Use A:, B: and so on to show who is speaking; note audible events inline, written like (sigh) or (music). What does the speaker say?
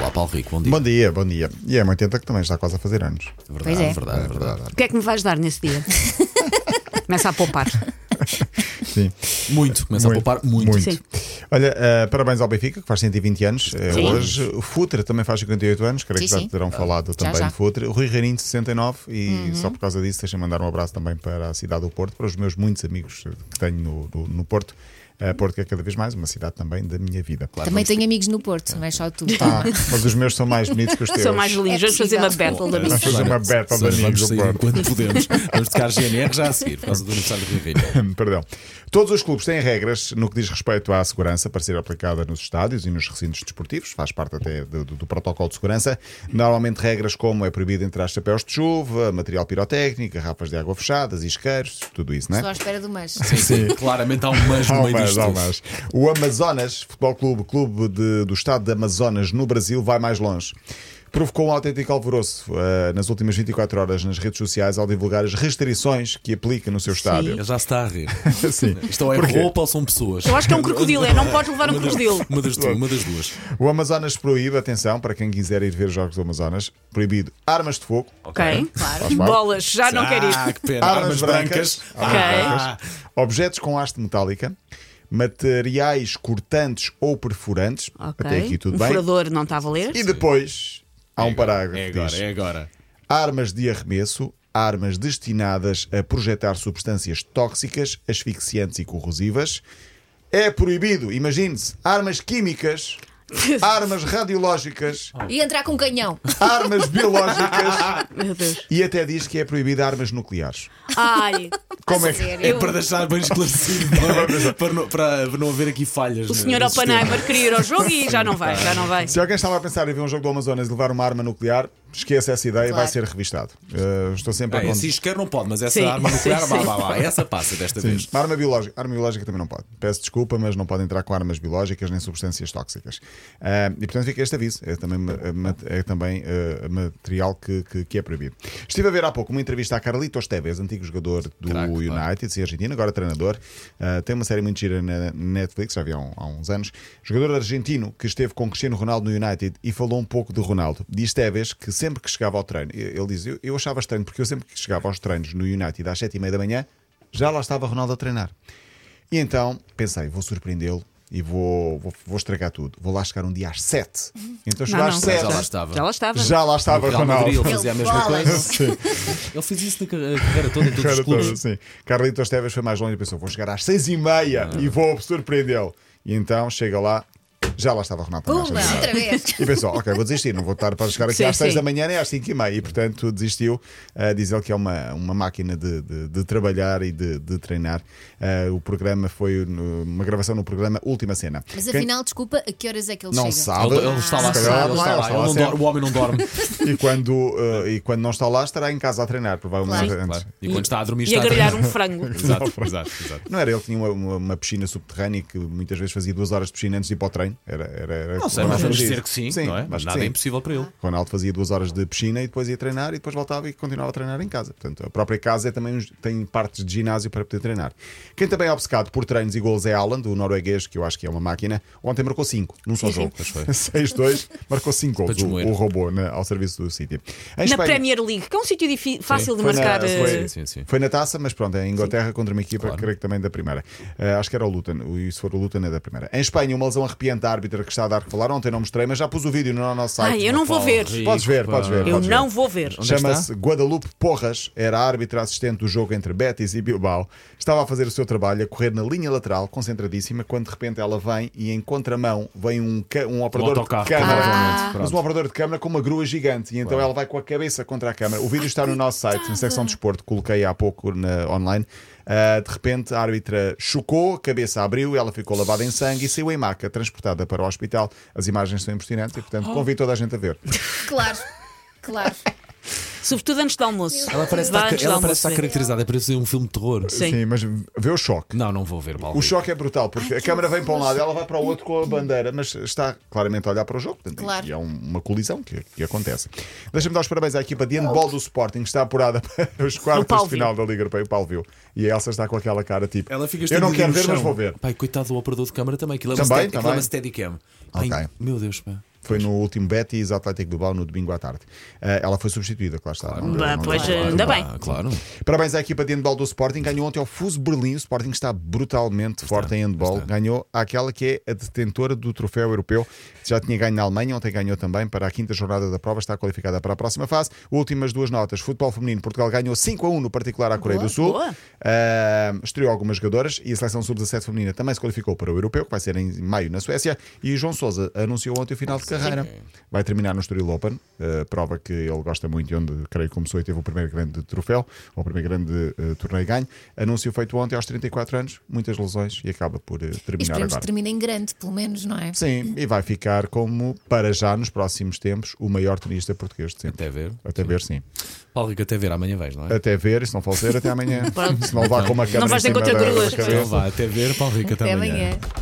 A: Olá, Paulo Rico, bom dia.
B: Bom dia, bom dia. E é 80 que também está quase a fazer anos.
A: Verdade,
C: Pois é.
A: verdade, verdade.
C: O que é que me vais dar nesse
B: (laughs)
C: dia? Começa a poupar.
B: Sim.
A: Muito, começa a É poupar muito.
C: Sim.
B: Olha, eh, parabéns ao Benfica, que faz 120 anos eh,
C: Sim.
B: hoje. O Futre também faz 58 anos, creio
C: Sim,
B: que já
C: sim.
B: terão
A: Ah,
B: falado também
C: já. Uhum.
B: de Futre. O Rui Reininho, 69, e só por causa disso, deixem mandar um abraço também para a cidade do Porto, para os meus muitos amigos que tenho no, no- no Porto. Eh, Porto que é cada vez mais uma cidade também da minha vida. Claro.
D: Também tenho amigos no Porto, não é só tu.
B: Ah, mas os meus são mais bonitos que os teus.
C: (laughs) São mais lindos, vamos fazer uma
D: possível.
C: battle de
B: Vamos
C: amigos.
B: fazer uma battle de
A: Sónia, Vamos
B: amigos do
A: sair
B: Porto.
A: enquanto podemos. Vamos tocar GNR já a seguir, por causa do aniversário do Rio Rio.
B: (coughs) Perdão. Todos os clubes têm regras no que diz respeito à segurança para ser aplicada nos estádios e nos recintos desportivos, faz parte até do, do- do protocolo de segurança. Normalmente, regras como é proibido entrar chapéus de chuva, material pirotécnico, garrafas de água fechadas, isqueiros, tudo isso, não é?
D: Estou à espera do
A: (laughs)
D: mas.
A: Sim, sim. Claramente há um mas no meio disto.
B: Almas,
A: tudo.
B: almas. O Amazonas Futebol Clube, clube de- do estado de Amazonas no Brasil, vai mais longe. Provocou um autêntico alvoroço eh, nas últimas 24 horas nas redes sociais ao divulgar as restrições que aplica no
A: (laughs)
B: seu estádio.
A: Ele já se está a rir.
B: Sim.
A: Isto ou é roupa ou são pessoas?
C: Eu acho que é um crocodilo, é, não podes levar um
A: Uma das-
C: crocodilo.
A: Uma das, duas, uma das duas.
B: O Amazonas proíbe, atenção, para quem quiser ir ver os Jogos do Amazonas, proibido armas de fogo,
C: Ok?
B: Faz parte.
C: Bolas, já não quero ir.
A: Ah, que pena.
B: Armas
A: Armas brancas.
B: brancas.
A: Ah,
B: objetos com haste metálica, materiais cortantes ou perfurantes,
C: Ok.
B: até aqui tudo
C: um
B: bem.
C: furador não está a valer.
B: E depois há um parágrafo
A: É
B: que diz:
A: agora, é agora.
B: armas de arremesso, armas destinadas a projetar substâncias tóxicas, asfixiantes e corrosivas. É proibido, imagine-se, armas
C: (laughs)
B: químicas, armas radiológicas,
D: E entrar com um canhão.
B: Tá, armas
C: (laughs)
B: biológicas
C: Meu Deus.
B: e até diz que é proibido armas nucleares.
C: Ai,
B: Como é que
D: Sério.
A: É para deixar bem esclarecido, não (laughs) é? para, não, para não haver aqui falhas.
C: o senhor Oppenheimer queria ir ao jogo e já não vai, já não vai.
B: Se alguém estava a pensar em ver um jogo do Amazonas e levar uma arma nuclear, esqueça essa ideia e
D: Claro.
B: vai ser revistado. Eh, estou sempre a
A: Ah, esse
B: contra-
A: isqueiro não pode, mas essa
C: Sim,
A: arma nuclear,
C: sim,
A: vá,
C: sim.
A: vá, vá. Essa passa desta vez.
B: Uma Arma biológica. Arma biológica também não pode. Peço desculpa, mas não pode entrar com armas biológicas nem substâncias tóxicas. Ah, e portanto fica este aviso. É também, ma- ma- é também, ah, material que, que- que é proibido. Estive a ver há pouco uma entrevista a Carlitos Tevez, antigo jogador do
A: Craque,
B: United
A: claro.
B: e argentino, agora treinador. Ah, tem uma série muito gira na Netflix, já vi há, um- há uns anos. Jogador argentino que esteve com Cristiano Ronaldo no United e falou um pouco de Ronaldo. Diz Tevez que sempre que chegava ao treino, ele diz: eu, eu achava estranho, porque eu sempre que chegava aos treinos no United às 7 e meia da manhã, já lá estava Ronaldo a treinar. E então pensei, vou surpreendê-lo e vou, vou, vou estragar tudo. Vou lá chegar um dia às 7. Então chegou
C: Não,
B: às
C: não.
B: 7.
A: Já lá estava.
C: Já lá estava.
B: Já lá estava
A: No Real Madrid,
B: Ronaldo.
A: ele fazia a
D: Ele
A: mesma
D: fala.
A: coisa.
B: Sim,
A: (laughs) Ele fez isso na car- carreira toda, em todos os
B: era todo,
A: clubes.
B: sim. Carlitos Tevez foi mais longe e pensou: vou chegar às 6 e meia e vou surpreendê-lo. E então chega lá, já lá estava Ronaldo. também às
D: Pumba,
B: seis e meia.
D: outra vez.
B: E pensou, ok, vou desistir, não vou estar para chegar aqui
C: Sim,
B: às 6
C: sim.
B: da manhã nem às 5 e meia. E portanto desistiu. Ah, diz ele que é uma, uma máquina de, de- de trabalhar e de, de treinar. Ah, o programa foi no- uma gravação no programa Última Cena.
D: Mas
B: Quem-
D: afinal, desculpa, a que horas é que ele
B: Não
D: chega?
B: sabe.
A: Ele, ele está lá,
B: Se
A: ele
B: calhar
A: está lá.
B: lá,
A: Ele não
B: lá,
A: dorme, o homem não dorme.
B: (laughs) E quando, ah, e quando não está lá, estará em casa a treinar, provavelmente.
D: Claro.
B: antes.
A: Claro. E quando está a dormir,
C: E
A: está a
C: agrilhar um
A: dormir.
C: frango.
A: Exato, exato, exato.
B: Não era ele, que tinha uma, uma- uma piscina subterrânea que muitas vezes fazia duas horas de piscina antes de ir para o treino. Era, era, era
A: Não sei, mas vamos
B: Sim,
A: dizer que sim, não é?
B: acho
A: Mas
B: que
A: nada é
B: sim.
A: impossível para ele.
B: Ronaldo fazia duas horas de piscina e depois ia treinar e depois voltava e continuava a treinar em casa. Portanto, a própria casa é também um- tem partes de ginásio para poder treinar. Quem também é obcecado por treinos e gols é Alan, do norueguês, que eu acho que é uma máquina. Ontem marcou 5 num só jogo. (laughs) 6-2, marcou 5 gols,
A: Para
B: o,
A: desmoer.
B: o robô na- ao serviço do City. Em
C: Na
B: Espanha-
C: Premier League, que é um sítio difi- fácil de
B: foi
C: marcar.
B: Na,
C: eh,
B: foi,
A: Sim, sim.
B: foi na taça, mas pronto, é em Inglaterra contra uma equipa, creio que também é da primeira. Ah, acho que era o Luton, e se for o Luton é da primeira. Em Espanha, uma lesão arrepiante da árbitra que está a dar que falar. Ontem não mostrei, mas já pus o vídeo no nosso site.
C: Ai, eu não vou ver.
B: Podes ver, podes ver.
C: Eu
B: podes ver.
C: não vou ver.
A: Onde é que
B: Chama-se Guadalupe Porras, era a árbitra assistente do jogo entre Betis e Bilbao. Estava a fazer o seu trabalho, a correr na linha lateral, concentradíssima, quando de repente ela vem e em contramão vem um, ca- um operador de
A: autocarro,
B: câmara.
A: provavelmente. Pronto.
B: Mas um operador de câmara com uma grua gigante e então ela vai com a cabeça contra a câmara. O vídeo está no nosso site, na secção de esporte, coloquei há pouco na, online. Ah, de repente a árbitra chocou, a cabeça abriu, ela ficou lavada em sangue e saiu em maca, transportada para o hospital. As imagens são impressionantes e, portanto, convido toda a gente a ver.
D: Claro, claro.
B: é?
C: Sobretudo antes do almoço.
A: Ela parece
C: Vá
A: estar,
C: antes do
A: ela
C: almoço
A: parece estar
C: ver.
A: caracterizada, parece ser um filme de terror.
C: Sim.
B: mas vê o choque.
A: Não, não vou ver, Paulo.
B: O choque é brutal, porque a câmara vem para um lado, ela vai para o outro com a bandeira, mas está claramente a olhar para o jogo. portanto,
D: Claro.
B: E é um- uma colisão que, que acontece. Deixa-me dar os parabéns à equipa de handball do Sporting, que está apurada (laughs) para os quartos
C: Paulo
B: de final da Liga Europeia. O Paulo viu. E a Elsa está com aquela cara tipo:
A: Ela fica
B: Eu não
A: estendida
B: quero
A: no
B: ver, mas
A: chão.
B: vou ver.
A: Pai, coitado do operador de câmara também, que leva
B: Também,
A: stead- que
B: também.
A: leva Steadicam. Ai,
B: Ok.
A: Meu Deus, pá.
B: Foi no último Betis Atlético Bilbao no domingo à tarde. Ah, ela foi substituída, claro está. Não-
E: Bah,
B: não-
E: pois,
B: não-
E: eh, ainda bem.
A: Ah, claro.
B: Parabéns à equipa de handball do Sporting. Ganhou ontem ao Fuso Berlim. O Sporting está brutalmente forte em handball. Ganhou àquela que é a detentora do troféu europeu. Já tinha ganho na Alemanha. Ontem ganhou também para a quinta jornada da prova. Está qualificada para a próxima fase. Últimas duas notas. Futebol feminino. Portugal ganhou 5 a 1 no particular à Coreia do Sul.
E: boa.
B: Ah, estreou algumas jogadoras. E a seleção sub-17 feminina também se qualificou para o europeu, que vai ser em maio na Suécia. E João Sousa anunciou ontem o final de carreira. Vai terminar no Estoril Open, eh, prova que ele gosta muito e onde creio que começou e teve o primeiro grande troféu, ou o primeiro grande eh, torneio ganho. Anúncio feito ontem aos 34 anos, muitas lesões e acaba por eh,
D: E
B: terminar
D: esperemos que
B: agora.
D: termine em grande, pelo menos, não é?
B: Sim, e vai ficar como, para já nos próximos tempos, o maior tenista português de sempre.
A: Até ver.
B: Até ver, sim.
A: Paulo Rico, até ver, amanhã vais, não é?
B: Até ver, se não falecer, até amanhã. se não levar com uma câmera
E: vais
B: em
E: ter
B: cima
E: conta
B: da- da
E: cruas.
B: cabeça.
A: Então vá, até ver, Paulo Rico, até,
B: é.
D: Até amanhã.